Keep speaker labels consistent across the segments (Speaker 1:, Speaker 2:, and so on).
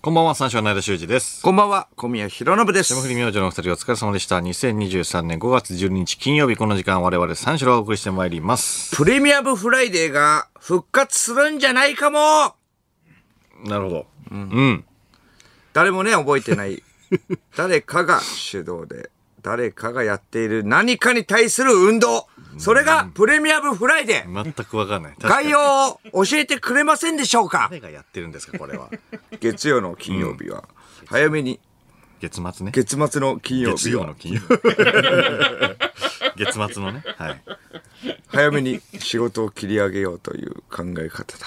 Speaker 1: こんばんは、三章の間修二です。
Speaker 2: こんばんは、小宮弘信です。
Speaker 1: 霜降り明星のお二人お疲れ様でした。2023年5月12日金曜日、この時間我々三章がお送りしてまいります。
Speaker 2: プレミアムフライデーが復活するんじゃないかも
Speaker 1: なるほど。うん。
Speaker 2: 誰もね、覚えて ない。誰かが主導で、誰かがやっている何かに対する運動。それがプレミアムフライデー。
Speaker 1: 全くわかんない。確かに
Speaker 2: 概要を教えてくれませんでしょうか
Speaker 1: 誰がやってるんですか、これ は。
Speaker 2: 月曜の金曜日は、早めに、
Speaker 1: 月末ね。
Speaker 2: 月末の金曜
Speaker 1: 月
Speaker 2: 日
Speaker 1: 曜
Speaker 2: は
Speaker 1: の、 金曜。月末のね。はい。
Speaker 2: 早めに仕事を切り上げようという考え方だ。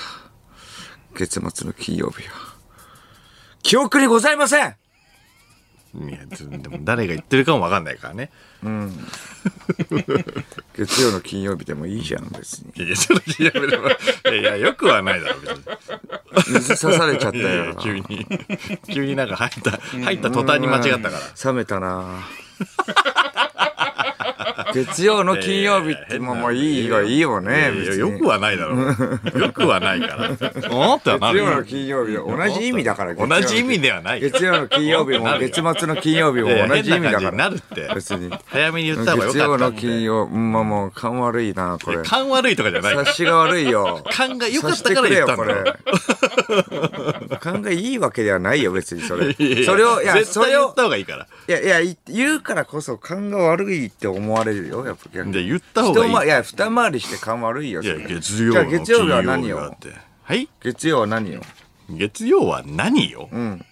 Speaker 2: 月末の金曜日は、記憶にございません
Speaker 1: いや、でも誰が言ってるかもわかんないからね。
Speaker 2: 月曜の金曜日でもいいじゃん別に
Speaker 1: いや、ちょっとやめれば。いや、よくはないだろ、別に。
Speaker 2: 水刺されちゃった
Speaker 1: いやいや
Speaker 2: よ
Speaker 1: 急に、急になんか入った、入った途端に間違ったから。
Speaker 2: 冷めたな月曜の金曜日ってもうもういいよいいよね
Speaker 1: いや
Speaker 2: 別に
Speaker 1: よくはないだろ う。よくはないから。おーってはな
Speaker 2: 月
Speaker 1: る
Speaker 2: 曜の
Speaker 1: よ。
Speaker 2: 金曜日は同じ意味だか ら
Speaker 1: 同じ意味
Speaker 2: で
Speaker 1: ではないよ。
Speaker 2: 月曜の金曜日も
Speaker 1: なるよ
Speaker 2: 月末の金曜日も
Speaker 1: いやいや
Speaker 2: 同じ意味だ
Speaker 1: 変な感じ
Speaker 2: から
Speaker 1: になるって。
Speaker 2: 別に
Speaker 1: 早めに言った方がよ
Speaker 2: 月
Speaker 1: か
Speaker 2: 曜
Speaker 1: った
Speaker 2: の
Speaker 1: みたいな。
Speaker 2: 金曜うんまあもう勘悪いなこれ
Speaker 1: 勘悪いとかじゃないから。
Speaker 2: 察しが悪 いよ
Speaker 1: 勘が良かったから言ったんだよ
Speaker 2: 察してくれよこ れ勘がいいわけではないよ別にそれ
Speaker 1: いやいや
Speaker 2: それをいや
Speaker 1: 絶
Speaker 2: そ
Speaker 1: 対
Speaker 2: れ
Speaker 1: 言
Speaker 2: を
Speaker 1: った方がいいから。
Speaker 2: いやいやい言うからこそ勘が悪いって思われるよやっぱ逆に
Speaker 1: で言った方がいい
Speaker 2: 一回りいや二回りして勘悪いよ
Speaker 1: いや、
Speaker 2: それ
Speaker 1: 月曜
Speaker 2: じゃあ
Speaker 1: の金
Speaker 2: 月曜日は何
Speaker 1: 曜日だ
Speaker 2: よ
Speaker 1: ってはい
Speaker 2: 月曜は何よ
Speaker 1: 月曜は何よ
Speaker 2: ん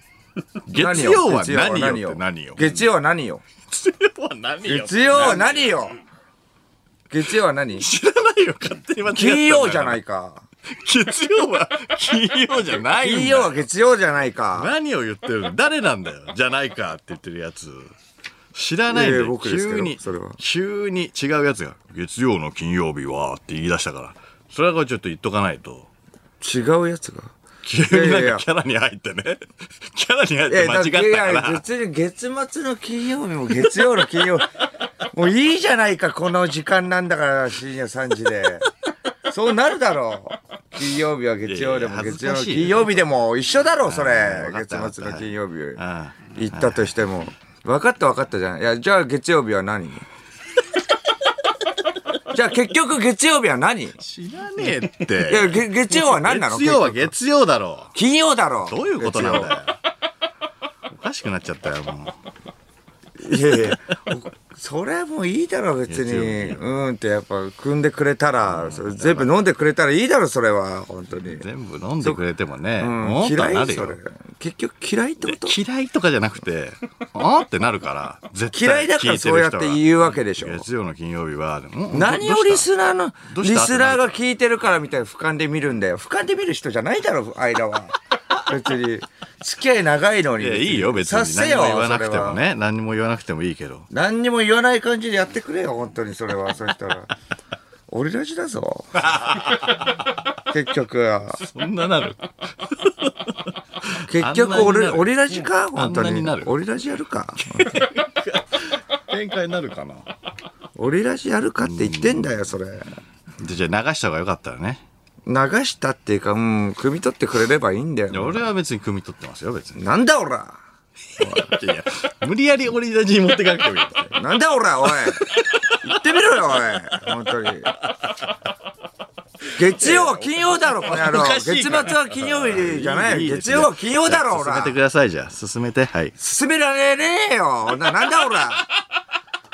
Speaker 1: 月曜は何
Speaker 2: 何
Speaker 1: よって何よ
Speaker 2: 月曜は何よ
Speaker 1: 月曜は何よ
Speaker 2: 月曜は何よ月曜は何
Speaker 1: 知らないよ、勝手に間違ったんだよ。。
Speaker 2: 金曜じゃないいか
Speaker 1: 月曜は、金曜じゃないんだよ。
Speaker 2: 金曜は月曜じゃないか
Speaker 1: 何を言ってるの誰なんだよじゃないかって言ってるやつ知らないんだ
Speaker 2: いやいや
Speaker 1: よ
Speaker 2: 僕ですけど
Speaker 1: 急に
Speaker 2: それは
Speaker 1: 急に違うやつが月曜の金曜日はって言い出したからそれはちょっと言っとかないと
Speaker 2: 違うやつが
Speaker 1: 急にない
Speaker 2: やい
Speaker 1: ん
Speaker 2: や
Speaker 1: かキャラに入ってね キャラに入っ
Speaker 2: いや
Speaker 1: て間違ったか
Speaker 2: いや
Speaker 1: ら
Speaker 2: 別に月末の金曜日も月曜の金曜日もういいじゃないかこの時間なんだから深夜3時 でそうなるだろう金曜日は月曜で
Speaker 1: いや
Speaker 2: も
Speaker 1: いや恥
Speaker 2: 月
Speaker 1: ず
Speaker 2: 曜
Speaker 1: か
Speaker 2: の
Speaker 1: しい
Speaker 2: 金曜日でも一緒だろうそ
Speaker 1: あ
Speaker 2: れ
Speaker 1: ー分かった
Speaker 2: 月末の金曜日
Speaker 1: あ
Speaker 2: 行ったとしても分かった分かったじゃないいやじゃあ月曜日 は何じゃあ結局月曜日は何い
Speaker 1: 知らねえっ
Speaker 2: や
Speaker 1: て
Speaker 2: げ月曜は何なの
Speaker 1: 月曜は
Speaker 2: 結局
Speaker 1: 月曜だろ
Speaker 2: 金曜だろ
Speaker 1: うどういうことなんだ
Speaker 2: 月曜
Speaker 1: よおかしくなっちゃったよもう
Speaker 2: いやいや、おそれはもういいだろ、別に。
Speaker 1: いや違う
Speaker 2: うんって、やっぱ、組んでくれたら、それ全部飲んでくれたらいいだろ、それは、本当に。
Speaker 1: 全部飲んでくれてもね
Speaker 2: うん、
Speaker 1: おーっとは
Speaker 2: 嫌、
Speaker 1: ないる
Speaker 2: そ
Speaker 1: よ
Speaker 2: れ。結局嫌いってこと
Speaker 1: 嫌いとかじゃなくて、 あーってなるから、絶
Speaker 2: 嫌
Speaker 1: 対
Speaker 2: いだからそうやって
Speaker 1: う。
Speaker 2: 言うわけでしょ。
Speaker 1: 月曜の金曜日は、ん
Speaker 2: 何をリスナーの、
Speaker 1: どうした
Speaker 2: リスナーが聞いてるからみたいな俯瞰で見るんだよ。俯瞰で見る人じゃない だろ、間は。別に。付き合い長いのに。
Speaker 1: いや、いいよ、別
Speaker 2: 察
Speaker 1: に。
Speaker 2: せ
Speaker 1: 何
Speaker 2: よ
Speaker 1: も言わなくて
Speaker 2: それ
Speaker 1: も
Speaker 2: は
Speaker 1: ね。何も言わなくてもいいけど。
Speaker 2: 何にも言わない感じでやってくれよ、本当にそれは。そ したら。俺らじだぞ。 結局は。
Speaker 1: そんななる。
Speaker 2: 結局俺、
Speaker 1: あんなになる
Speaker 2: 俺らじか本当
Speaker 1: あんな
Speaker 2: に
Speaker 1: になる。
Speaker 2: 俺らじやるか。
Speaker 1: 展開になるかな。
Speaker 2: 俺らじやるかって言ってんだよ、それ。
Speaker 1: でじゃあ流した方がよかったらね。
Speaker 2: 流したっていうか、うん、汲み取ってくれればいいんだ
Speaker 1: いや
Speaker 2: よ。
Speaker 1: 俺は別に汲み取ってますよ、別に。
Speaker 2: なんだおら
Speaker 1: いやいや、無理やりオリラジに持ってかなくてもいい。
Speaker 2: なんだおらおい言ってみろよ、おい本当に。月曜は金曜だろ、この野郎
Speaker 1: おかし
Speaker 2: 月
Speaker 1: い
Speaker 2: 末
Speaker 1: から
Speaker 2: は金曜日じゃない
Speaker 1: いい
Speaker 2: よ。
Speaker 1: です
Speaker 2: 月
Speaker 1: よ
Speaker 2: 曜は金曜だろ、お
Speaker 1: 進め
Speaker 2: ら
Speaker 1: てください、じゃあ。進めて。はい。
Speaker 2: 進められねえよななんだおら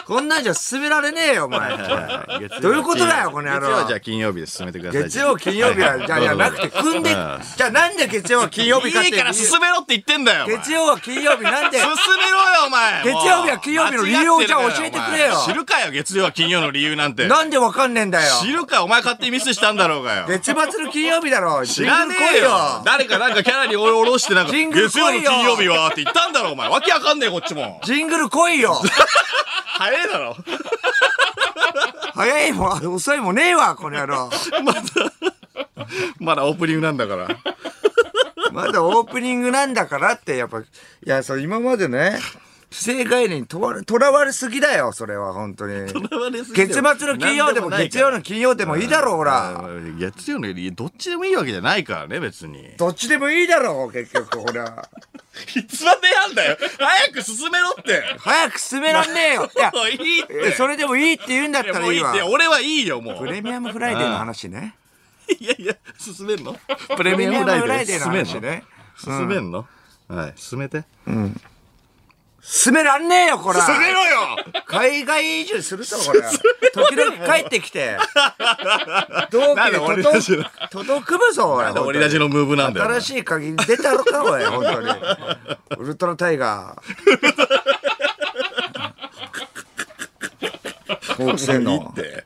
Speaker 2: こんなんじゃ進められねえよお前どういうことだよこの野郎
Speaker 1: 月曜はじゃあ金曜日で進めてください。
Speaker 2: 月曜金曜日はじゃあじゃなくて組
Speaker 1: う
Speaker 2: んで
Speaker 1: ん
Speaker 2: じゃあなんで月曜は金曜日かって
Speaker 1: いいから進めろって言ってんだよ。お前
Speaker 2: 月曜は金曜日なんで
Speaker 1: 進めろよお前
Speaker 2: 月曜日は金曜日の理由をじゃあ教えてくれよ
Speaker 1: お前知るかよ月曜は金曜の理由なんて
Speaker 2: なんでわかんねえんだよ
Speaker 1: 知るかお前勝手にミスしたんだろうがよ
Speaker 2: 月末の金曜日だろ
Speaker 1: 知らねえよ誰かなんかキャラに俺下ろしてなんか
Speaker 2: ジングル
Speaker 1: 月
Speaker 2: 来
Speaker 1: 曜
Speaker 2: いよ
Speaker 1: の金曜日はって言ったんだろお前わけわかんねえこっちも
Speaker 2: ジングル来いよジングル来いよ
Speaker 1: 早えだろ
Speaker 2: 早いもん遅いもんねえわこの野郎
Speaker 1: まだまだオープニングなんだから
Speaker 2: まだオープニングなんだからって、やっぱ、いや、そう、今までね、不正概念にとわれ、とらわれすぎだよ、それは、本当に。 月末の金曜でも、月曜の金曜でもいいだろ、ほら。
Speaker 1: うん月曜の理由どっちでもいいわけじゃないからね別に
Speaker 2: どっちでもいいだろ、結局、ほら。
Speaker 3: いつまでやんだよ早く進めろって
Speaker 2: 早く進めらんねえ よ。いや、
Speaker 3: もういいって
Speaker 2: えそれでもいいって言うんだった
Speaker 3: いや
Speaker 2: ら
Speaker 3: もうい
Speaker 2: いい
Speaker 3: いっ
Speaker 2: わ
Speaker 3: て。俺はいいよもう
Speaker 2: プレミアムフライデーの話ね。
Speaker 3: いやいや進めんの
Speaker 1: プレミアムフライデー
Speaker 2: の
Speaker 1: 進めん
Speaker 2: 話
Speaker 1: の
Speaker 2: ね。
Speaker 1: 進めんのはい進めて
Speaker 2: 進めらんねえよ、こら。
Speaker 3: 進めろよ
Speaker 2: 海外移住するぞ、これ。時々帰ってき て。同
Speaker 3: な
Speaker 2: 期
Speaker 3: んで
Speaker 2: で
Speaker 3: 俺
Speaker 2: 届
Speaker 3: たちの
Speaker 2: く、届くぶぞ、おい。
Speaker 3: で俺たちのムーブなんだよ
Speaker 2: 新しい鍵出たのか、お い、本当に。ウルトラタイガ ー。こう来てん
Speaker 3: もういい
Speaker 2: の
Speaker 3: っ。て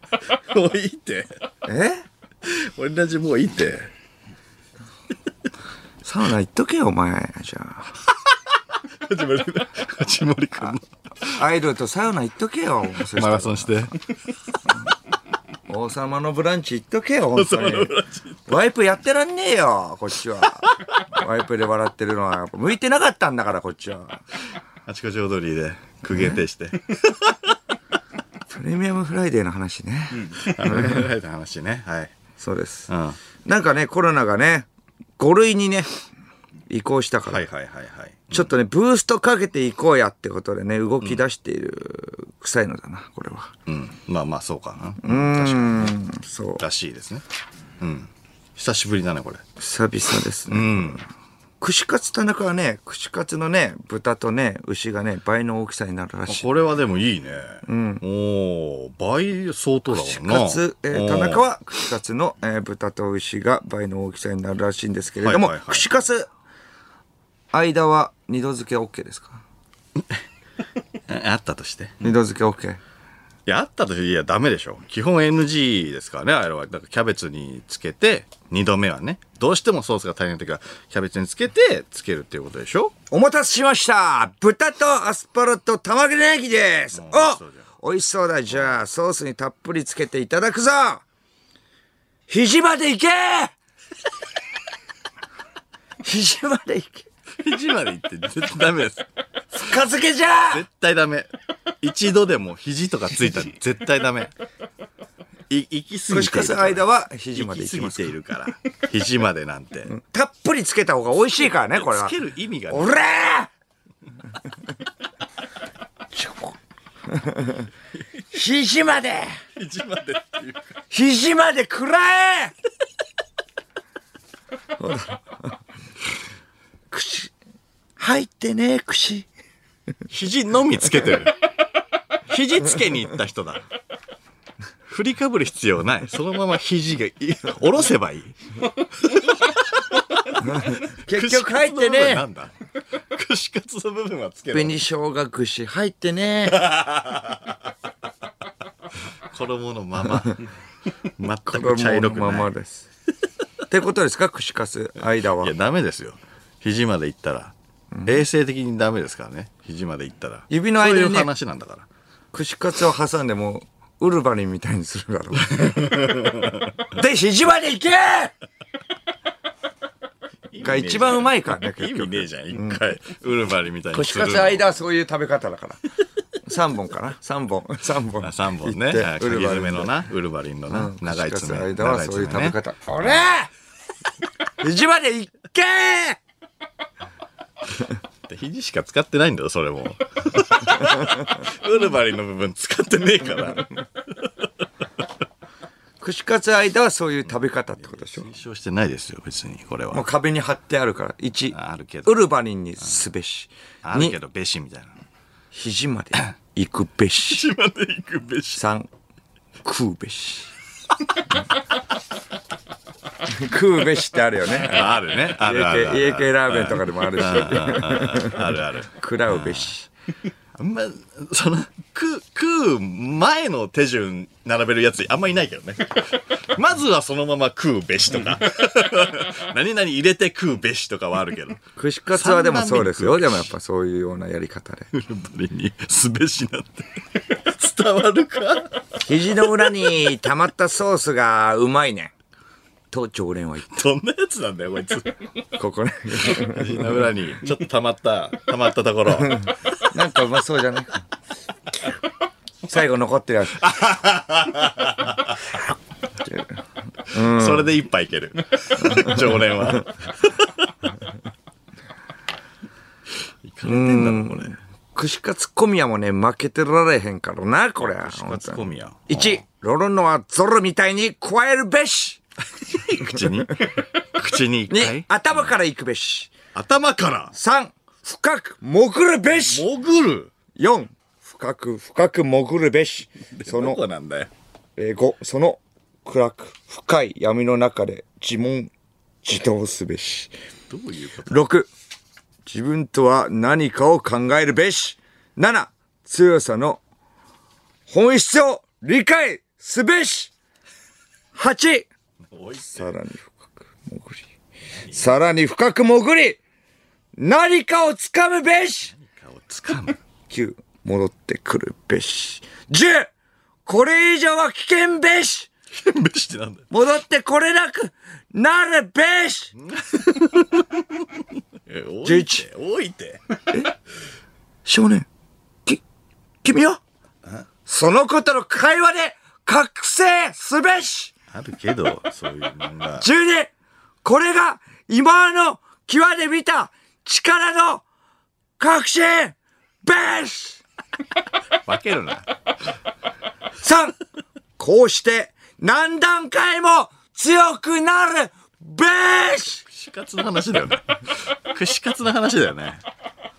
Speaker 3: もういいって
Speaker 2: え
Speaker 3: 俺たちもういいって
Speaker 2: サウナ行っとけよ、お前。じゃあ。
Speaker 3: 藤森藤森君の
Speaker 2: アイドルとサウナ行っとけよ。そしたら
Speaker 1: マラソンして
Speaker 2: 王様のブランチ行っとけよ、本当に。ワイプやってらんねえよ、こっちは。ワイプで笑ってるのは、やっぱ向いてなかったんだから、こっちは。
Speaker 1: あちこち踊りで苦言呈して
Speaker 2: プレミアムフライデーの話ね。
Speaker 1: あのライダーの話 ねはい
Speaker 2: そうです
Speaker 1: う。んは
Speaker 2: なんかね、コロナがね、5類にね、移行したか
Speaker 1: い
Speaker 2: ら、
Speaker 1: はいはいはい
Speaker 2: ちょっとね、ブーストかけていこうやってことでね、動き出している臭いのだな、これは。
Speaker 1: うんまあまあそうか
Speaker 2: う
Speaker 1: な
Speaker 2: ーん、そう。
Speaker 1: らしいですねうん久しぶりだねこれ
Speaker 2: 久々ですね。
Speaker 1: うん
Speaker 2: 串カツ田中はね、串カツのね、豚とね、牛がね、倍の大きさになるらしい。
Speaker 1: これはでもいいねうんおー倍相当だ
Speaker 2: 串
Speaker 1: もんな
Speaker 2: カツ、えー
Speaker 1: うん
Speaker 2: 田中は串カツの、えー豚と牛が倍の大きさになるらしいんですけれども、
Speaker 1: はいはいはい
Speaker 2: 串カツ間は二度漬け OK ですか
Speaker 1: ああったとして
Speaker 2: 二度漬け OK
Speaker 1: いや、あったとして、いや、ダメでしょ。基本 NG ですからね、あれは。だからキャベツにつけて、二度目はね。どうしてもソースが足りないときは、キャベツにつけて、つけるっていうことでし ょ
Speaker 2: お待たせしました豚とアスパラと玉ねぎです
Speaker 1: そうじ
Speaker 2: お美味しそうだじゃあソースにたっぷりつけていただくぞ肘まで行け 肘まで行け
Speaker 1: 肘までいって、絶対ダメです。
Speaker 2: 深漬けじゃ
Speaker 1: 絶対ダメ。一度でも肘とかついたら、絶対ダメ。い、行き過ぎ
Speaker 2: 串
Speaker 1: て
Speaker 2: カ
Speaker 1: いる
Speaker 2: ツ
Speaker 1: から。
Speaker 2: 間は肘ま
Speaker 1: 行
Speaker 2: で
Speaker 1: き
Speaker 2: 行き
Speaker 1: 過ぎ
Speaker 2: ます
Speaker 1: ているから。肘までなんて。
Speaker 2: たっぷりつけた方が美味しいからねこれは
Speaker 1: つける意味がね
Speaker 2: おらー肘まで
Speaker 3: 一番でっていう
Speaker 2: 肘まで食らえ口入ってねえ口
Speaker 1: 肘のみつけてる。肘つけに行った人だ。振りかぶる必要ない。そのまま肘がい、下ろせばいい。
Speaker 2: 結局入ってねえ
Speaker 1: 串カツの部分はつけろ
Speaker 2: 紅生姜串入ってね
Speaker 1: 衣のまま
Speaker 2: え
Speaker 1: 全く 茶色くない
Speaker 2: まですってことですか串カツ間はい
Speaker 1: やダメですよ肘まで行ったら、衛生的にダメですからね肘まで行ったら
Speaker 2: 指の間にね
Speaker 1: そういう話なんだから
Speaker 2: 串カツを挟んでもうウルバリンみたいにするだろ うで肘まで行けが一番うまいからね
Speaker 1: 意
Speaker 2: 結
Speaker 1: 味
Speaker 2: 局
Speaker 1: ねえじゃん一回、ウルバリみたいに
Speaker 2: 串
Speaker 1: す
Speaker 2: カ
Speaker 1: る
Speaker 2: ツ間はそういう食べ方だから3本かな3本3本
Speaker 1: 3本ね
Speaker 2: 行って
Speaker 1: はい
Speaker 2: ウル
Speaker 1: 鍵
Speaker 2: バリン
Speaker 1: 爪のなウルバリンのな、長い
Speaker 2: 串
Speaker 1: 爪
Speaker 2: カツ間
Speaker 1: 長
Speaker 2: はいそう
Speaker 1: 爪
Speaker 2: いう食べ
Speaker 1: ね
Speaker 2: 方これ肘まで行け
Speaker 1: で肘しか使ってないんだよそ れもウルバリンの部分使ってねえから
Speaker 2: 串カツ間はそういう食べ方ってことでしょ
Speaker 1: 推奨してないですよ別にこれは
Speaker 2: もう壁に貼ってあるから1
Speaker 1: ああるけど
Speaker 2: ウルバリンにすべし
Speaker 1: ある
Speaker 2: 2
Speaker 1: けど、べしみ たいな。
Speaker 2: 肘まで行くべし
Speaker 1: 島で行くべし。
Speaker 2: 三食うべし食うべしってあるよね
Speaker 1: あるね。あ
Speaker 2: 家
Speaker 1: るあるある。
Speaker 2: 系家系ラーメンとかでもあるし
Speaker 1: あるある。
Speaker 2: 食らうべし
Speaker 1: あんま、その、食う、食う前の手順並べるやつあんまいないけど ね。まずはそのまま食うべしとか。 何々入れて食うべしとかはあるけど。
Speaker 2: 串カツはでもそうですよ
Speaker 1: 三段目に食うべし
Speaker 2: でもやっぱそういうようなやり方で
Speaker 1: ウルバリンにすべしなんて伝わるか
Speaker 2: 肘の裏に溜まったソースがうまいねと常連は言っ
Speaker 1: どんなやつなんだよ、こいつ。
Speaker 2: たここね
Speaker 1: 肘の裏に、ちょっと溜まった、溜まったところ。
Speaker 2: なんかうまそうじゃない最後残ってるやつ
Speaker 1: それで一杯いける。常連は。れてんだろ、これ。
Speaker 2: 串カツ小宮もね、負けてられへんからな、これ。
Speaker 1: 串カツ小宮。
Speaker 2: 1、ロロノはゾロみたいに加えるべし。
Speaker 1: 口 に口に一
Speaker 2: 2
Speaker 1: 回、
Speaker 2: 頭から行くべし。
Speaker 1: 頭から
Speaker 2: 3、深く潜るべし。
Speaker 1: 潜る
Speaker 2: 4、深く深く潜るべし。そ
Speaker 1: ど
Speaker 2: の
Speaker 1: こなんだよ。
Speaker 2: えー、5、その暗く深い闇の中で自問自答すべし。
Speaker 1: どういうこと
Speaker 2: 6、自分とは何かを考えるべし。7、強さの本質を理解すべし。8、
Speaker 1: おい
Speaker 2: さらに深く潜り。さらに深く潜り何かをつかむべし
Speaker 1: 顔つかむ。
Speaker 2: 9戻ってくるべし !10! これ以上は危険べし
Speaker 1: 剣べしってなんだよ。
Speaker 2: 戻ってこれなくなるべし
Speaker 1: え置いて
Speaker 2: 11、
Speaker 1: 置いて。
Speaker 2: 少年、き、君はそのことの会話で覚醒すべし
Speaker 1: あるけど、そういうのが。
Speaker 2: !12! これが今の際で見た力の確信べし
Speaker 1: 分けるな。
Speaker 2: 3こうして何段階も強くなるべし
Speaker 1: 串カツの話だよね。串カツの話だよね。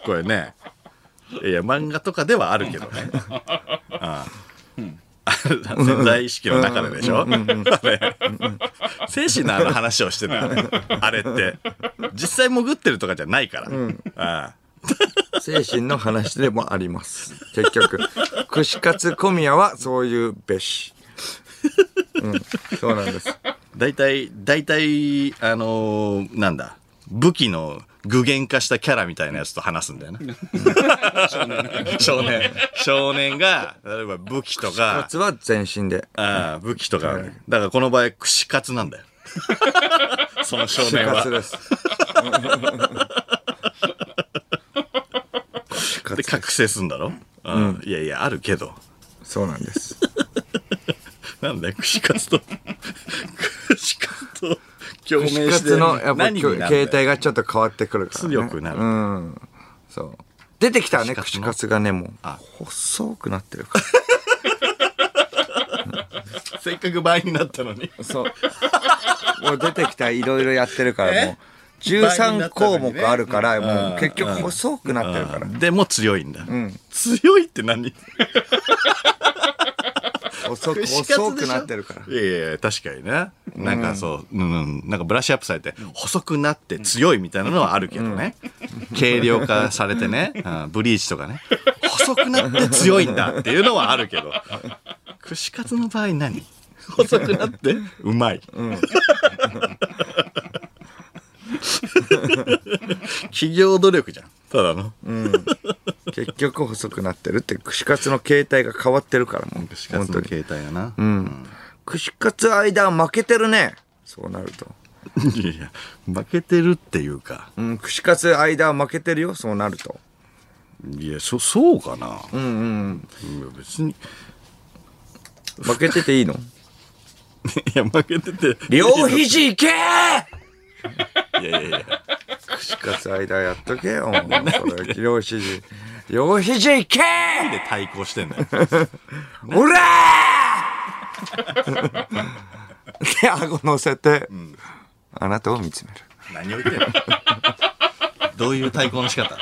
Speaker 1: これね。いや、漫画とかではあるけどね。ああ。うん、潜在意識の中ででしょ、あれ精神のあの話をしてたよねあれって実際潜ってるとかじゃないから、あ
Speaker 2: 精神の話でもあります結局串カツ小宮はそういうべし、うん、そうなんです
Speaker 1: あ大体大体あのーなんだ武器の具現化したキャラみたいなやつと話すんだよな少年少年が例えば武器と
Speaker 2: カ
Speaker 1: か
Speaker 2: ツは全身で
Speaker 1: ああ、武器とか、ね。だからこの場合、串カツ なんだよ。その少
Speaker 2: 串
Speaker 1: 年
Speaker 2: カ
Speaker 1: は
Speaker 2: ツ。です串カ
Speaker 1: で、
Speaker 2: ツ
Speaker 1: 覚醒するんだろうん。いやいや、あるけど。
Speaker 2: そうなんです
Speaker 1: なんだよ、串カツと、串カツと 共鳴して
Speaker 2: 串カツのやっぱ
Speaker 1: 何
Speaker 2: き
Speaker 1: に
Speaker 2: ょ
Speaker 1: なる
Speaker 2: 携
Speaker 1: んだよ
Speaker 2: 帯がちょっと変わってくるから、ね、
Speaker 1: 強くなる
Speaker 2: うんそう出てきたらね
Speaker 1: 串カツ
Speaker 2: 串
Speaker 1: の
Speaker 2: カツがねもう
Speaker 1: あ
Speaker 2: 細くなってるから
Speaker 1: せっかく倍になったのに。
Speaker 2: そう。 もう出てきたいろいろやってるから、
Speaker 1: え
Speaker 2: もう。13項目あるから、
Speaker 1: 倍になったのにね
Speaker 2: もう結局細くなってるから。
Speaker 1: でも強いんだ。強いって何い
Speaker 2: 細く、
Speaker 1: 串カツでしょ
Speaker 2: 細くなってるから。
Speaker 1: やいやいや、確かにね。なんかそう、うん、うんなんかブラッシュアップされて、細くなって強いみたいなのはあるけどね。軽量化されてね、うんブリーチとかね。細くなって強いんだっていうのはあるけど。串カツの場合何細くなってうまい。企業努力じゃん。ただの。
Speaker 2: 結局細くなってるって、串カツの形態が変わってるから、もう。
Speaker 1: 串カ
Speaker 2: 本
Speaker 1: ツ
Speaker 2: 当
Speaker 1: の
Speaker 2: に。
Speaker 1: 携帯やな。
Speaker 2: 串カツ間負けてるね。そうなると。
Speaker 1: いやいや、負けてるっていうか。
Speaker 2: うん、串カツ間負けてるよ、そうなると。
Speaker 1: いや、そ、そうかな。うんうん。いや、別に。い
Speaker 2: 負けてていいの
Speaker 1: や、負けてて。
Speaker 2: 両肘いけー
Speaker 1: いやいやいや。
Speaker 2: 串カツ間やっとけよ、も う。それ両肘。両肘いけー
Speaker 1: で対抗してんだよ。
Speaker 2: おらーで、顎乗せて、あなたを見つめる。
Speaker 1: 何を言ってんのどういう対抗の仕方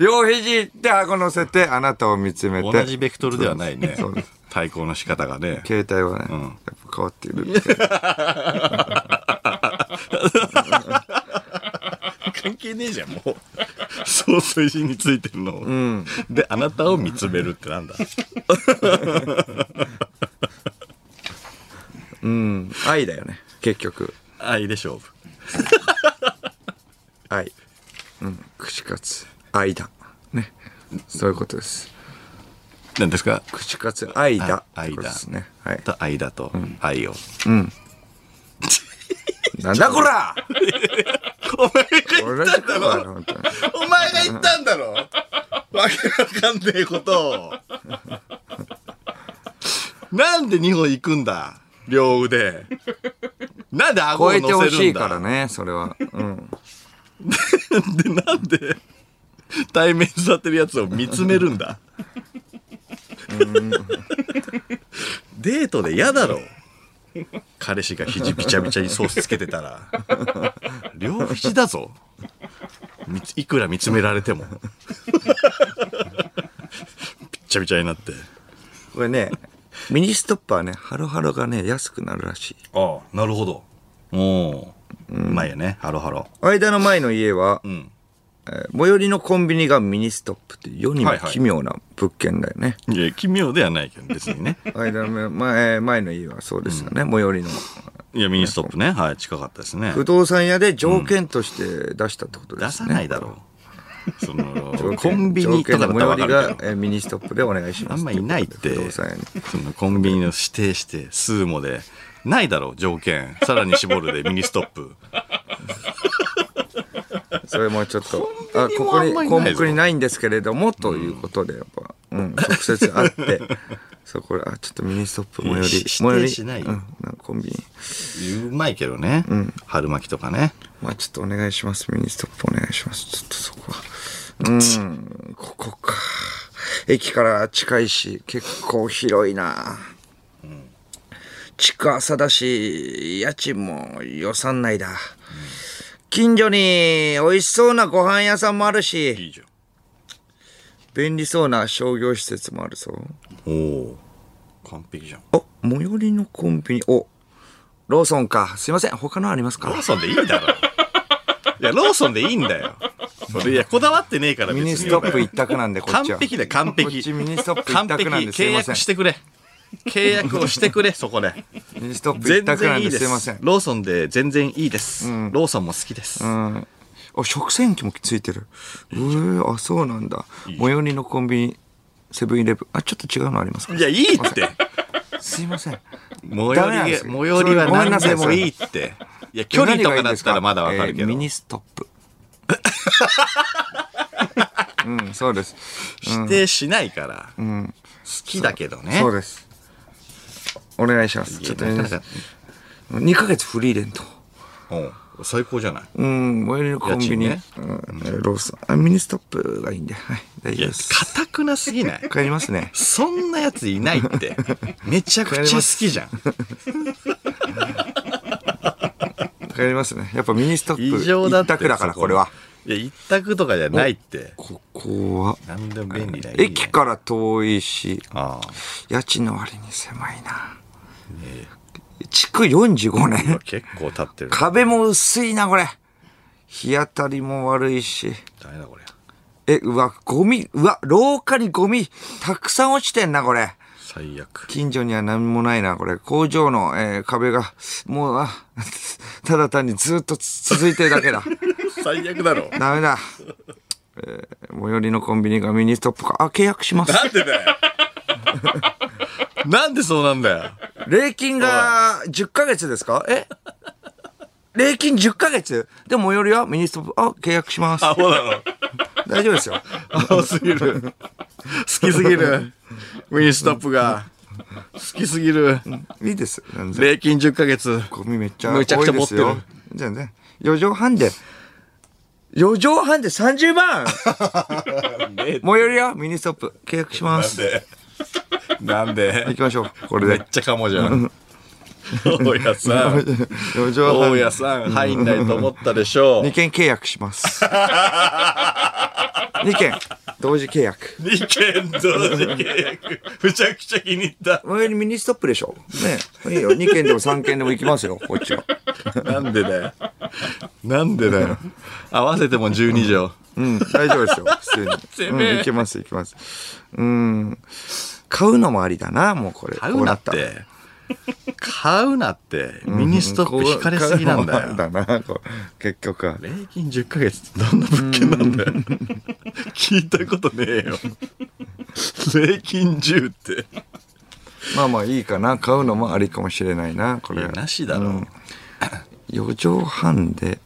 Speaker 2: 両肘で顎乗せて、あなたを見つめて。
Speaker 1: 同じベクトルではない ね
Speaker 2: そうです。
Speaker 1: 対抗の仕方がね。
Speaker 2: 携帯はね、
Speaker 1: ん
Speaker 2: やっぱ変わっている。
Speaker 1: 関係ねえじゃん、もう。総水神についてるのを。で、あなたを見つめるってなんだ。
Speaker 2: うん。愛だよね。結局。
Speaker 1: 愛で勝負。
Speaker 2: 愛。うん。串カツ。愛だ。ね。そういうことです。
Speaker 1: 何ですか
Speaker 2: 串カツ、愛だ。
Speaker 1: あ愛だ
Speaker 2: ってことですね。はい。
Speaker 1: と愛だと愛を。
Speaker 2: なんだ こら
Speaker 1: お前が
Speaker 2: 同じことだよ、本当に。
Speaker 1: お前が言ったんだろわけわかんねえことを。なんで2本行くんだ両腕。なんで顎を
Speaker 2: 超え
Speaker 1: 乗せ
Speaker 2: て
Speaker 1: るんだ
Speaker 2: ほしいからね、それは。うん。
Speaker 1: で、なんで対面座ってるやつを見つめるんだ。デートで嫌だろ。彼氏が肘びちゃびちゃにソースつけてたら、両肘だぞ。みついくら見つめられても。びっちゃびちゃになって。
Speaker 2: これね、 ミニストッパーね、ハロハロがね、安くなるらしい。
Speaker 1: ああ、なるほど。おうまいよね。ハロハロ。
Speaker 2: 間の前の家は、
Speaker 1: ん
Speaker 2: えー最寄りのコンビニがミニストップっていう世にも
Speaker 1: はいはい
Speaker 2: 奇妙な物件だよ ね。
Speaker 1: いや、奇妙ではないけど、別にね。
Speaker 2: 間の前前の家はそうですよね、最寄りの。
Speaker 1: いや、ミニストップね。はい、近かったですね。
Speaker 2: 不動産屋で条件として出したってことですね。
Speaker 1: 出さないだろう。そ
Speaker 2: 条
Speaker 1: の、
Speaker 2: 件
Speaker 1: コンビニとかだったらわか
Speaker 2: 条件の最寄
Speaker 1: る
Speaker 2: り
Speaker 1: け
Speaker 2: がえーミニストップでお願いし
Speaker 1: ど、
Speaker 2: ま
Speaker 1: あ
Speaker 2: す。
Speaker 1: んまいないっ
Speaker 2: と
Speaker 1: て
Speaker 2: いうことで不動産屋に。。
Speaker 1: そのコンビニの指定して、スーモで。ないだろう、条件。さらに絞る でミニストップ。
Speaker 2: それもちょっと、あ、こ
Speaker 1: コ
Speaker 2: こ
Speaker 1: ンビニ
Speaker 2: に
Speaker 1: もあんまりないぞ
Speaker 2: 項目にないんですけれども、ということで、やっぱ、 うん、直接会って、そう、これ、あ、ちょっとミニストップ最寄り、
Speaker 1: いやし
Speaker 2: 最寄り、
Speaker 1: 指定しないよ
Speaker 2: うん、んかコンビニ、
Speaker 1: うまいけどね。春巻きとかね。
Speaker 2: まあちょっとお願いします、ミニストップお願いします、ちょっとそこは。うん、ここか。駅から近いし、結構広いな。近さだし、家賃も予算内だ。近所に美味しそうなご飯屋さんもあるし、
Speaker 1: いいじゃん。
Speaker 2: 便利そうな商業施設もあるぞ
Speaker 1: おおー。完璧じゃん。
Speaker 2: あ最寄りのコンビニおローソンかすいません他のあります
Speaker 1: ロー
Speaker 2: か
Speaker 1: ソン でいい だろ。いや、ローソンでいいんだよ。それ、いや、こだわってねえから
Speaker 2: ミ
Speaker 1: 別に
Speaker 2: ニストップ一択なんでこっ
Speaker 1: 完
Speaker 2: ちは
Speaker 1: 璧だよ、完璧。
Speaker 2: こっちミニストップ
Speaker 1: 完
Speaker 2: 一
Speaker 1: 璧
Speaker 2: 択なんですい
Speaker 1: 契
Speaker 2: ません
Speaker 1: 約してくれ契約をしてくれそこで
Speaker 2: ミニストップ一
Speaker 1: 全
Speaker 2: 択な
Speaker 1: 然
Speaker 2: ん
Speaker 1: いい
Speaker 2: で
Speaker 1: です
Speaker 2: すいません
Speaker 1: ローソンで全然いいです、ローソンも好きです、
Speaker 2: うんあ食洗機もついてるえー、あそうなんだ最寄りのコンビニセブンイレブンあちょっと違うのありますか
Speaker 1: いやいいって
Speaker 2: すいません
Speaker 1: 最寄り
Speaker 2: ダメな
Speaker 1: が
Speaker 2: んで
Speaker 1: 最
Speaker 2: すよ
Speaker 1: 寄りは
Speaker 2: ごめんな
Speaker 1: 何
Speaker 2: さい
Speaker 1: でもいいっていや距離とかだったらまだわかるけ
Speaker 2: え
Speaker 1: ど、
Speaker 2: ーミニストッ プうんそうです
Speaker 1: 否定しないから、好きだけどね
Speaker 2: そうです。お願いします。
Speaker 1: い
Speaker 2: ち
Speaker 1: や
Speaker 2: ょっと
Speaker 1: なか
Speaker 2: ね
Speaker 1: なか
Speaker 2: 2ヶ月フリーレント。
Speaker 1: うん最高じゃない
Speaker 2: うん、最寄りのコンビニ、
Speaker 1: 家
Speaker 2: うん、ローソン。あ、ミニストップがいいんで、はい、大
Speaker 1: い
Speaker 2: 丈夫
Speaker 1: や
Speaker 2: です。
Speaker 1: かたくなすぎない
Speaker 2: 帰りま すね。
Speaker 1: そんなやついないってめちゃくちゃ好きじ ゃん
Speaker 2: 帰りますね。やっぱミニストップ
Speaker 1: 異常だっ
Speaker 2: 一
Speaker 1: て
Speaker 2: 択だから、
Speaker 1: そ
Speaker 2: これは。
Speaker 1: いや一択とかじゃないって
Speaker 2: ここは、
Speaker 1: 何でも便利だよ、
Speaker 2: 駅から遠いし、
Speaker 1: ああ
Speaker 2: 家賃の割に狭いな。築45年。
Speaker 1: 結構立ってる
Speaker 2: 壁も薄いな、これ。日当たりも悪いし。
Speaker 1: ダメだこれ
Speaker 2: え、うわ、ゴミ、うわ、廊下にゴミ、たくさん落ちてんな、これ。
Speaker 1: 最悪
Speaker 2: 近所には何もないな、これ。工場の、えー壁が、もう、あ ただ単にずっとつ続いてるだけだ。
Speaker 1: 最悪だろ
Speaker 2: ダメだ。えー最寄りのコンビニがミニストップか。あ、契約しま す。
Speaker 1: なんでだよなんでそうなんだよ
Speaker 2: 礼金が10ヶ月ですかえ礼金10ヶ月で、最寄りはミニストップ。あ、契約します。
Speaker 1: アホだろ
Speaker 2: 大丈夫ですよ。
Speaker 1: アホすぎる好きすぎるウィンストップが好きすぎる
Speaker 2: いいです。全然
Speaker 1: 礼金10ヶ月
Speaker 2: ゴミめっちゃ多い
Speaker 1: め
Speaker 2: で
Speaker 1: ちゃくちゃ持っ
Speaker 2: す
Speaker 1: てる
Speaker 2: よ。全然。4畳半で、4畳半で30万最寄りはミニストップ契約します。
Speaker 1: でなんで
Speaker 2: 行きましょう。これ
Speaker 1: めっ
Speaker 2: で。
Speaker 1: ちゃかもじゃん大家さん
Speaker 2: 4畳半
Speaker 1: 大家さん入んないと思ったでしょう
Speaker 2: 2件契約します。2件、同時契約。
Speaker 1: 2件同時契約むちゃくちゃ気に入った
Speaker 2: 最寄りミニストップでしょねいいよ。2件でも3件でも行きますよ、こっちは。
Speaker 1: なんでだよ。なんでだよ。合わせても12
Speaker 2: うん、大丈夫ですよ、普 通に。うん、行けます、行けます。うん。買うのもありだな、もうこれ。
Speaker 1: 畳。買うなっ
Speaker 2: こなったら
Speaker 1: て。買うなって。ミニストップ引かれすぎなんだよ。
Speaker 2: だな、こう結局は。
Speaker 1: 礼金10ヶ月ってどんな物件なんだよ。聞いたことねえよ。礼金10って。
Speaker 2: まあまあいいかな、買うのもありかもしれないな、こ
Speaker 1: い
Speaker 2: れ
Speaker 1: や。なしだろ。
Speaker 2: うん4畳半で、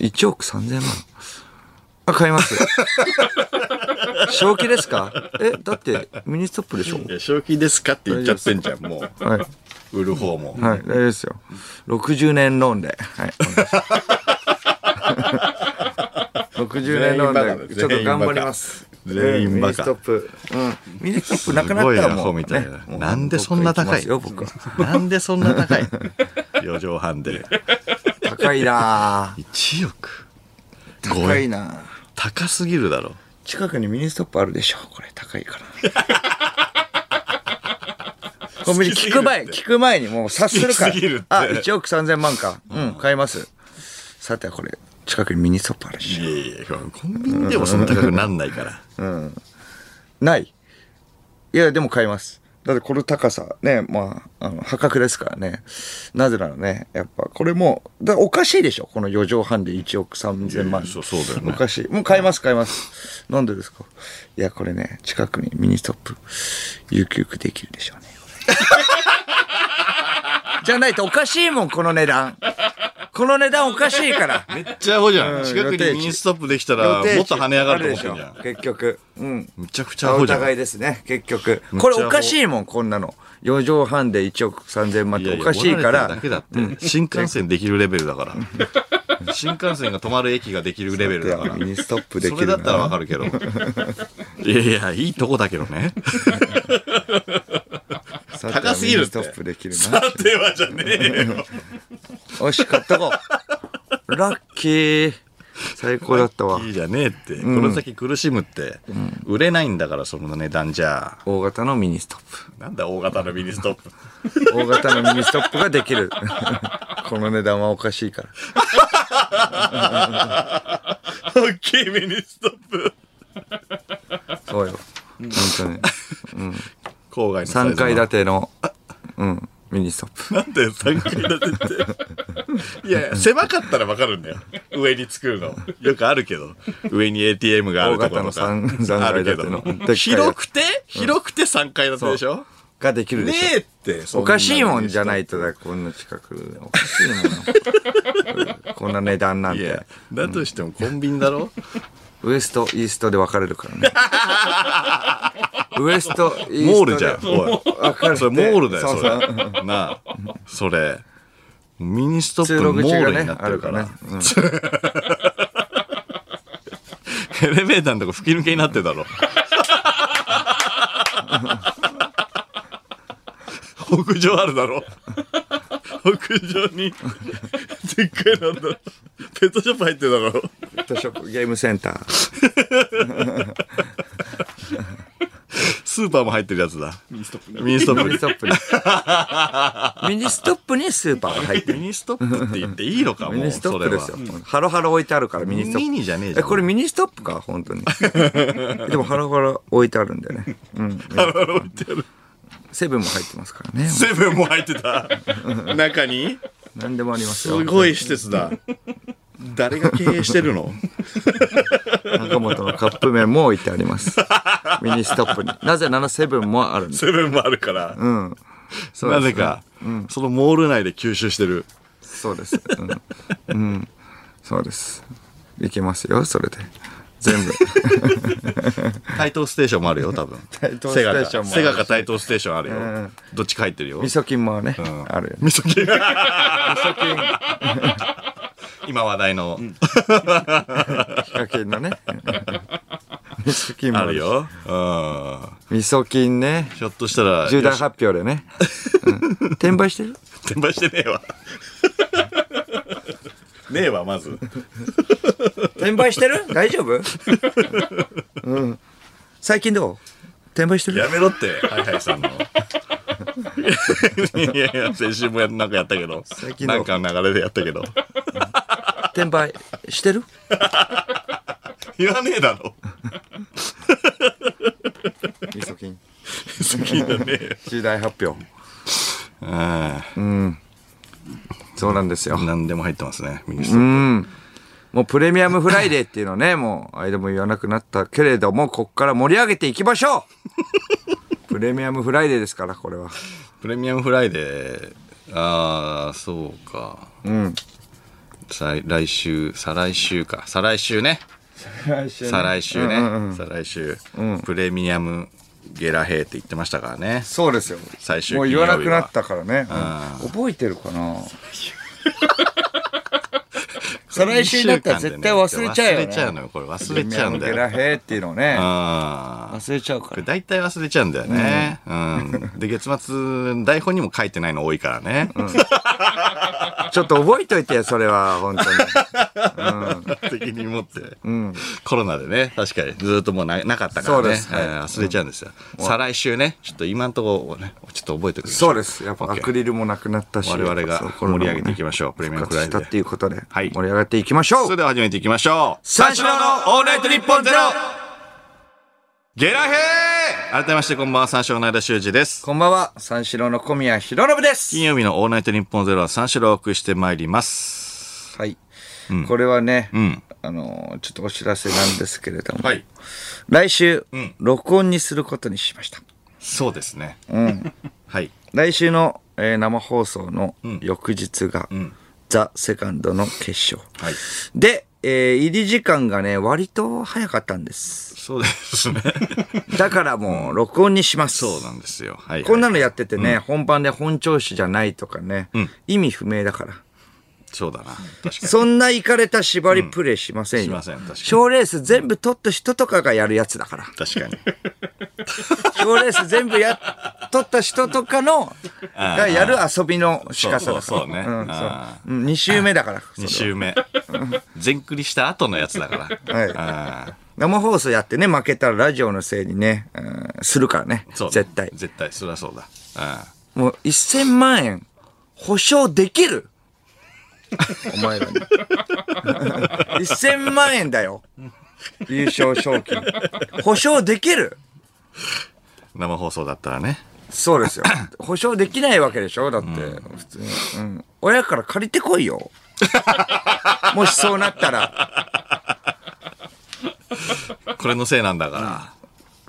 Speaker 2: 1億3000万。あ、買 います。正気ですかえ、だってミニストップでしょ
Speaker 1: いや賞金ですかって言っちゃってんじゃん、も
Speaker 2: はい。
Speaker 1: う。売る方も。
Speaker 2: はい、大丈夫ですよ。60年ローンで。はい。 60年な
Speaker 1: 全員バ
Speaker 2: ん
Speaker 1: カ
Speaker 2: で
Speaker 1: だ
Speaker 2: ちょっと頑張ります
Speaker 1: 全員バカ
Speaker 2: ミニストップうんミニストップなく
Speaker 1: す
Speaker 2: なっ
Speaker 1: ごい
Speaker 2: たら
Speaker 1: ア
Speaker 2: も
Speaker 1: ホ
Speaker 2: う
Speaker 1: みたいな
Speaker 2: ね。もう
Speaker 1: なんでそんな高い
Speaker 2: 僕は行きますよ
Speaker 1: なんでそんな高い ?4 畳半で。
Speaker 2: 僕は高いなぁ
Speaker 1: 1億。
Speaker 2: 高いなぁ
Speaker 1: 高すぎるだろ。
Speaker 2: 近くにミニストップあるでしょこれ高い からコンビニ聞く前聞く前にもう察するから
Speaker 1: 好きすぎるって
Speaker 2: あ1億3000万かうん買いますさてはこれ近くにミニストップあるでし
Speaker 1: いやいや、コンビニでもそんな高くなんないから。
Speaker 2: ょないいやでも買いますだってこの高さねまああの破格ですからねなぜならねやっぱこれもうだおかしいでしょこの4畳半で1億3000
Speaker 1: いやい
Speaker 2: 万
Speaker 1: やそうそうだよね
Speaker 2: おかしいもう買います買いますなんでですかいやこれね近くにミニストップ有給区できるでしょうね じゃないとおかしいもんこの値段この値段おかしいから
Speaker 1: めっちゃアホじゃ。
Speaker 2: うんん
Speaker 1: 近くにミニストップできたら、もっと跳ね上がると思ってんじゃ
Speaker 2: あ
Speaker 1: ん。
Speaker 2: るでしょ結局うん
Speaker 1: めちゃくちゃア
Speaker 2: お
Speaker 1: ホじゃん。
Speaker 2: 互い
Speaker 1: い
Speaker 2: ですね結局
Speaker 1: めっちゃ
Speaker 2: これおかしいもんこんなの4畳半で1億3000万って
Speaker 1: や
Speaker 2: お
Speaker 1: いや
Speaker 2: かしいから
Speaker 1: 折られてるだけだって。新幹線できるレベルだから。新幹線が止まる駅ができるレベルだから。
Speaker 2: ミニストップでき
Speaker 1: そ
Speaker 2: る
Speaker 1: れだったらわ
Speaker 2: な
Speaker 1: かるけど。いやいや、いいとこだけどね。
Speaker 2: さては
Speaker 1: 高すぎる
Speaker 2: ミ
Speaker 1: っ
Speaker 2: ニスト
Speaker 1: て
Speaker 2: ップできるな
Speaker 1: さてはじゃねえよ。
Speaker 2: よし買っとこう ラッキー最高だったわ
Speaker 1: いいじゃねえって、この先苦しむって、売れないんだからその値段じゃ
Speaker 2: 大型のミニストッ
Speaker 1: なんだ大型のミニストップ
Speaker 2: プ大型のミニストップができる この値段はおかしいから
Speaker 1: 大きいミニストップ
Speaker 2: そうよ本当に
Speaker 1: 郊外のサイズ
Speaker 2: 3
Speaker 1: の
Speaker 2: 階建てのうんミニストップ
Speaker 1: なんで3階建てっていや いや狭かったらわかるんだよ上に作るのよくあるけど上に ATM があるところとか
Speaker 2: 大型の三
Speaker 1: あるけど
Speaker 2: 三階建てのでっかいやつ
Speaker 1: 広くて広くて3階建てでしょ
Speaker 2: ができるで
Speaker 1: ね
Speaker 2: しょ
Speaker 1: えってそ
Speaker 2: お
Speaker 1: んな
Speaker 2: か
Speaker 1: ミニストッ
Speaker 2: し
Speaker 1: プ
Speaker 2: いもんじゃないとだ、こんな近く。おかしいもん。 こんな値段なん
Speaker 1: い
Speaker 2: て
Speaker 1: や。だとしてもコンビニだ ろ
Speaker 2: ウエスト、イーストで分かれるから ね。ウエスト、イーストで。
Speaker 1: モールじゃんおい
Speaker 2: 分かれて
Speaker 1: それモールだよ、
Speaker 2: そ
Speaker 1: そうれ
Speaker 2: そ う。。
Speaker 1: なあ、それ。ミニストッ
Speaker 2: 通
Speaker 1: プモ
Speaker 2: 路口
Speaker 1: ール
Speaker 2: が
Speaker 1: に
Speaker 2: ね
Speaker 1: な、っ
Speaker 2: あ
Speaker 1: て
Speaker 2: る
Speaker 1: るか。
Speaker 2: かららね。うん
Speaker 1: エレベーターのとこ吹き抜けになってるだ ろ。屋上あるだろ。屋上に、でっかいなんだ。ペットショップ入ってるだろ。
Speaker 2: ペットショップ、ゲームセンター。
Speaker 1: スーパーも入ってるやつだ。ミニストップ。ミニスト
Speaker 2: ミニスト
Speaker 1: ッ
Speaker 2: ップに。ミニストップにスーパーが入って
Speaker 1: プ。ミ
Speaker 2: る。
Speaker 1: ニストップって言っていいのか、
Speaker 2: ミ
Speaker 1: もう、
Speaker 2: ニスト
Speaker 1: そ
Speaker 2: ッ
Speaker 1: れ
Speaker 2: プで
Speaker 1: は
Speaker 2: す。よ。ハロハロ置いてあるから、ミニストップ。
Speaker 1: ミニじゃねえじゃ
Speaker 2: え、
Speaker 1: ん。
Speaker 2: これミニストップか本 当に。でもハロハロ置いてあるんだよね。うん。
Speaker 1: あらら置いてある。
Speaker 2: セブンも入ってますから ね。
Speaker 1: セブンも入ってた。中に
Speaker 2: 何でもあります
Speaker 1: す
Speaker 2: よ。
Speaker 1: ごい施設だ。誰が経営してるの
Speaker 2: 中本のカップ麺も置いてあります。ミニストップに。なぜならセブンもあるんです。
Speaker 1: セブンもあるから。
Speaker 2: うん。そうで
Speaker 1: な
Speaker 2: す
Speaker 1: ぜか、そのモール内で吸収してる。
Speaker 2: そうです。うん。うん。そうです。いけますよ、それで。全部。
Speaker 1: 台東ステーションもあるよ、多分。
Speaker 2: 台東ステーションもあるし
Speaker 1: セガかセガか台東ステーションあるよ。
Speaker 2: ん
Speaker 1: どっちか入ってるよ
Speaker 2: 味。噌菌もね、あるよね。
Speaker 1: みそき。 今話題の、
Speaker 2: ヒカキンのね。味噌菌も
Speaker 1: あ
Speaker 2: あ
Speaker 1: る
Speaker 2: るよ。
Speaker 1: よ。うん。
Speaker 2: 味噌菌ね。
Speaker 1: ひょっとしたら、
Speaker 2: 重
Speaker 1: よ
Speaker 2: 大発表でね。うん転売してる
Speaker 1: し転売してね えわ。ねえわ、まず。
Speaker 2: 転売してる大丈夫うん。最近どう転売してる
Speaker 1: やめろって、ハイハイさん の。いやいや、先週もやなんかやったけど
Speaker 2: 近、の
Speaker 1: なんかの流れでやったけど、
Speaker 2: 転売してる
Speaker 1: 言わねえだろ。
Speaker 2: 味噌菌。
Speaker 1: 好きだねえよ。
Speaker 2: 重大発表。
Speaker 1: あ
Speaker 2: そうなんですよ
Speaker 1: あ、。何でも入ってますね、ミニス
Speaker 2: う
Speaker 1: ト。
Speaker 2: ん。もうプレミアムフライデーっていうのね、 もう、あれでも言わなくなったけれども、こっから盛り上げていきましょう プレミアムフライデーですから、これは。
Speaker 1: プレミアムフライデー、ああ、そうか。
Speaker 2: うん。
Speaker 1: 再来週、再来週か。再来週ね。
Speaker 2: 来週
Speaker 1: 再来週ね。再来週、プレミアムゲラヘイって言ってましたからね。
Speaker 2: そうですよ。
Speaker 1: 最終
Speaker 2: もう
Speaker 1: 金曜
Speaker 2: 言
Speaker 1: 日
Speaker 2: わ
Speaker 1: は
Speaker 2: なくなったからね。うん覚えてるかな再来週になったら絶対忘れちゃうよ、ね。
Speaker 1: 忘れちゃうのよ、これ忘れちゃうんだ
Speaker 2: ゲ
Speaker 1: よ。
Speaker 2: ラヘーっていうのをね、
Speaker 1: あ
Speaker 2: 忘れちゃうか
Speaker 1: これ
Speaker 2: ら。
Speaker 1: 大体忘れちゃうんだよね。うん。で、月末、台本にも書いてないの多いからね。
Speaker 2: ちょっと覚えといてよ、それは、本当に。
Speaker 1: 責任持って。
Speaker 2: うん。
Speaker 1: コロナでね、確かにずっともうななかったからね。
Speaker 2: そうですはい
Speaker 1: えー忘れちゃうんですよ。再来週ね、ちょっと今んとこね、ちょっと覚えてください。
Speaker 2: そうです。やっぱ
Speaker 1: OK
Speaker 2: アクリルもなくなったし。
Speaker 1: 我々が
Speaker 2: そう
Speaker 1: 盛り上げていきましょう。プレミアム
Speaker 2: 復
Speaker 1: フラ
Speaker 2: 活
Speaker 1: イ
Speaker 2: し
Speaker 1: デ
Speaker 2: たって
Speaker 1: ー。
Speaker 2: いうことで、
Speaker 1: はい
Speaker 2: 盛り上がっていきましょ
Speaker 1: そうれでは始めていきましょう。
Speaker 2: 三四郎のオールナイトニッポンゼロ
Speaker 1: ゲラヘー改めましてこんばんは、三四郎の間修二です。
Speaker 2: こんばんは、三四郎の小宮弘信です
Speaker 1: 金曜日のオールナイトニッポンゼロは三四郎をお送りしてまいります。
Speaker 2: はい。これはね、
Speaker 1: ん
Speaker 2: あのーちょっとお知らせなんですけれども、
Speaker 1: はい
Speaker 2: 来週、
Speaker 1: ん
Speaker 2: 録音にすることにしました。
Speaker 1: そうですね。 はい。
Speaker 2: 来週の、えー生放送の
Speaker 1: ん
Speaker 2: 翌日が、
Speaker 1: ん
Speaker 2: ザ・セカンドの決勝。
Speaker 1: はい。
Speaker 2: で、えー入り時間がね、割と早かったんです。
Speaker 1: そうです ね。
Speaker 2: だからもう、録音にします。
Speaker 1: そうなんですよ。はい、
Speaker 2: こんな
Speaker 1: の。
Speaker 2: のやっててね、本番で本調子じゃないとかね、意味不明だから。
Speaker 1: そうだな。確か
Speaker 2: そんなイかれた縛りプレイしませんよ。
Speaker 1: しません確かに
Speaker 2: 賞レース全部取った人とかがやるやつ だから。
Speaker 1: に。確かに。
Speaker 2: 賞レース全部や、取った人とかの、
Speaker 1: あー
Speaker 2: がやる遊びの仕方だか
Speaker 1: そう
Speaker 2: ら。
Speaker 1: そうそうね
Speaker 2: ん、そう
Speaker 1: あ。
Speaker 2: うん二週目 だから。それ
Speaker 1: 2
Speaker 2: は
Speaker 1: 週目。全クリした後のやつだから。
Speaker 2: はい
Speaker 1: あ
Speaker 2: 生放送やってね、負けたらラジオのせいにね、うんするからね
Speaker 1: ー。そうだ
Speaker 2: 絶対。
Speaker 1: 絶対。そりゃそうだ。あ
Speaker 2: もう1000万円保証できるお前らに。1000万 円だよ。優勝賞金。保証できる
Speaker 1: ー生放送だったらね。
Speaker 2: そ うですよ。保証できないわけでしょだって、普通に、うん。親から借りてこい よ。もしそうなったら。
Speaker 1: これのせいなんだから。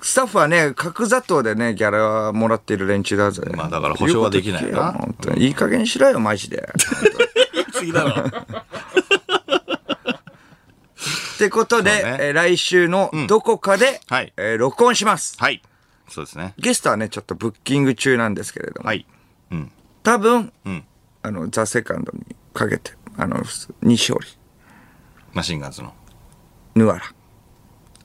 Speaker 2: スタッフはね、角砂糖でね、ギャラもらってる連中だぜ。
Speaker 1: まあだから保証はできないよ
Speaker 2: 言う
Speaker 1: な
Speaker 2: こと聞けよ本当にいい加減にしろよ、マジで。
Speaker 1: 次だろ。
Speaker 2: ってことで、
Speaker 1: そうね
Speaker 2: えー来週のどこかで、
Speaker 1: はい
Speaker 2: えー録音します。
Speaker 1: はい。そうですね。
Speaker 2: ゲストはね、ちょっとブッキング中なんですけれども、
Speaker 1: はい。うん。
Speaker 2: 多分、
Speaker 1: うん。
Speaker 2: あの、ザ・セカンドにかけて、あの、西堀、
Speaker 1: マシンガンズの。
Speaker 2: ヌアラ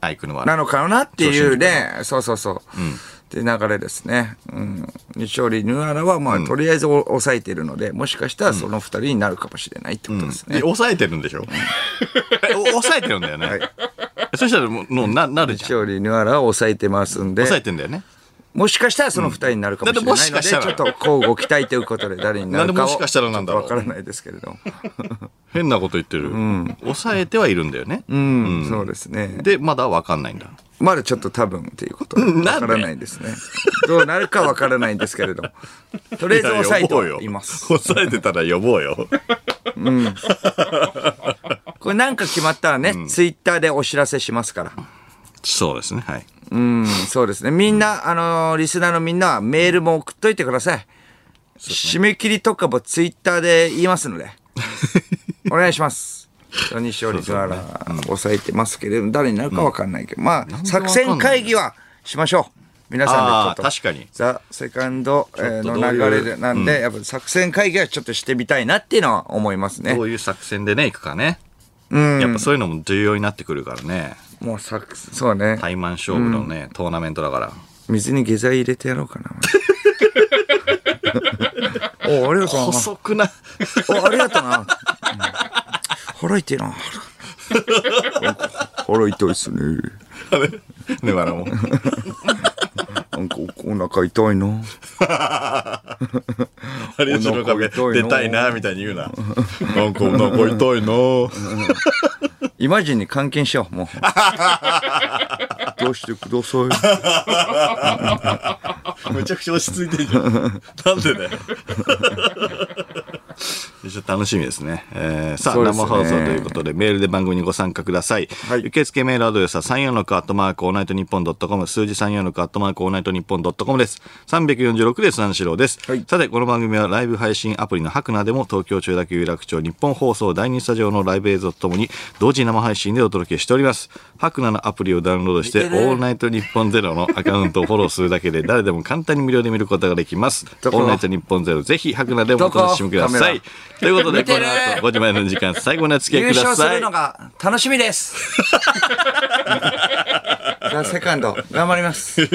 Speaker 1: アイクのは。
Speaker 2: なのかなってい
Speaker 1: 調
Speaker 2: う
Speaker 1: 子に
Speaker 2: ね、そうそうそう。って流れですね。うん。西堀、ヌアラは、まあ、とりあえずお抑えているので、もしかしたらその二人になるかもしれないってことですね。
Speaker 1: え抑えてるんでしょえお抑えてるんだよね。そしたらもうもうななるじゃん。
Speaker 2: 西堀、ヌアラは抑えてますんで、
Speaker 1: 抑えてんだよね。
Speaker 2: もしかしたらその二人になるかもしれないので、
Speaker 1: うんだってもしかした
Speaker 2: ちょっ
Speaker 1: ら
Speaker 2: と交互期待ということで、誰になる
Speaker 1: な
Speaker 2: か
Speaker 1: ん
Speaker 2: を
Speaker 1: でもしかしたらなんだろう
Speaker 2: ちょっとわからないですけれども。
Speaker 1: 変なこと言ってる。抑えてはいるんだよね。
Speaker 2: うん、そうですね。
Speaker 1: で、まだわかんないんだ。
Speaker 2: まだちょっと多分っていうことはわからないですね。どうなるかわから ないんですけれども。とりあえず抑えてはいます。
Speaker 1: 抑えてたら呼ぼうよ。
Speaker 2: これなんか決まったらね、ツイッターでお知らせしますから。
Speaker 1: そうですね。はい。
Speaker 2: うん、そうですね。みんな、あのーリスナーのみんなはメールも送っといてください。締め切りとかもツイッターで言います ので。お願いします。西尾律原、抑えてますけれど、誰になるかわかんないけど、まあ、作戦会議はしましょう。皆さんでちょっと。
Speaker 1: あー確かに
Speaker 2: ザ・セカンドえー
Speaker 1: ちょっ
Speaker 2: の
Speaker 1: とどういう
Speaker 2: 流れでなんで、やっぱ作戦会議はちょっとしてみたいなっていうのは思いますね
Speaker 1: ど。ういう作戦でね、行くかね。
Speaker 2: うん。
Speaker 1: やっぱそういうのも重要になってくるからね。
Speaker 2: もう作、そうね。
Speaker 1: 対マン勝負のね、トーナメントだから。
Speaker 2: 水に下剤入れてやろう かな。おありがとうな。
Speaker 1: 細くな。
Speaker 2: おありがとうな。うん腹痛いな。腹痛いっすね。
Speaker 1: ねわら も。
Speaker 2: なんかおお腹痛いな。
Speaker 1: ハリウッドの壁
Speaker 2: お腹痛いの
Speaker 1: 出たいな、みたいに言う な。なんかお腹痛いな。
Speaker 2: イマジンに監禁しよう、もう。どうしてください。
Speaker 1: めちゃくちゃ落ち着いて るじゃん。なんでだ よ。ちょっと楽しみですね。えーさあ、
Speaker 2: そうですね
Speaker 1: 生放送ということで、メールで番組にご参加ください。
Speaker 2: はい
Speaker 1: 受付メールアドレスは346アットマークオールナイトニッポンドットコム、数字346アットマークオールナイトニッポンドットコムです。346で三四郎です。
Speaker 2: はい
Speaker 1: さて、この番組はライブ配信アプリのハクナでも、東京中田区有楽町日本放送第2スタジオのライブ映像とともに、同時生配信でお届けしております。ハクナのアプリをダウンロードして、オ
Speaker 2: 見てね
Speaker 1: ールナイトニッポンゼロのアカウントをフォローするだけで、誰でも簡単に無料で見ることができます。オ
Speaker 2: どこ
Speaker 1: ールナイトニッポンゼロ、ぜひハクナでもお楽しみください
Speaker 2: ど。
Speaker 1: ということで、
Speaker 2: 見て
Speaker 1: こ
Speaker 2: る
Speaker 1: の後5時前の時間、最後までお付き
Speaker 2: 優
Speaker 1: 合いくだ
Speaker 2: 勝す
Speaker 1: さ
Speaker 2: る
Speaker 1: い
Speaker 2: の。が楽しみ です。ザ・セカンド、頑張り ます。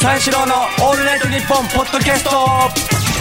Speaker 2: 三四郎のオールナイトニッポンポッドキャスト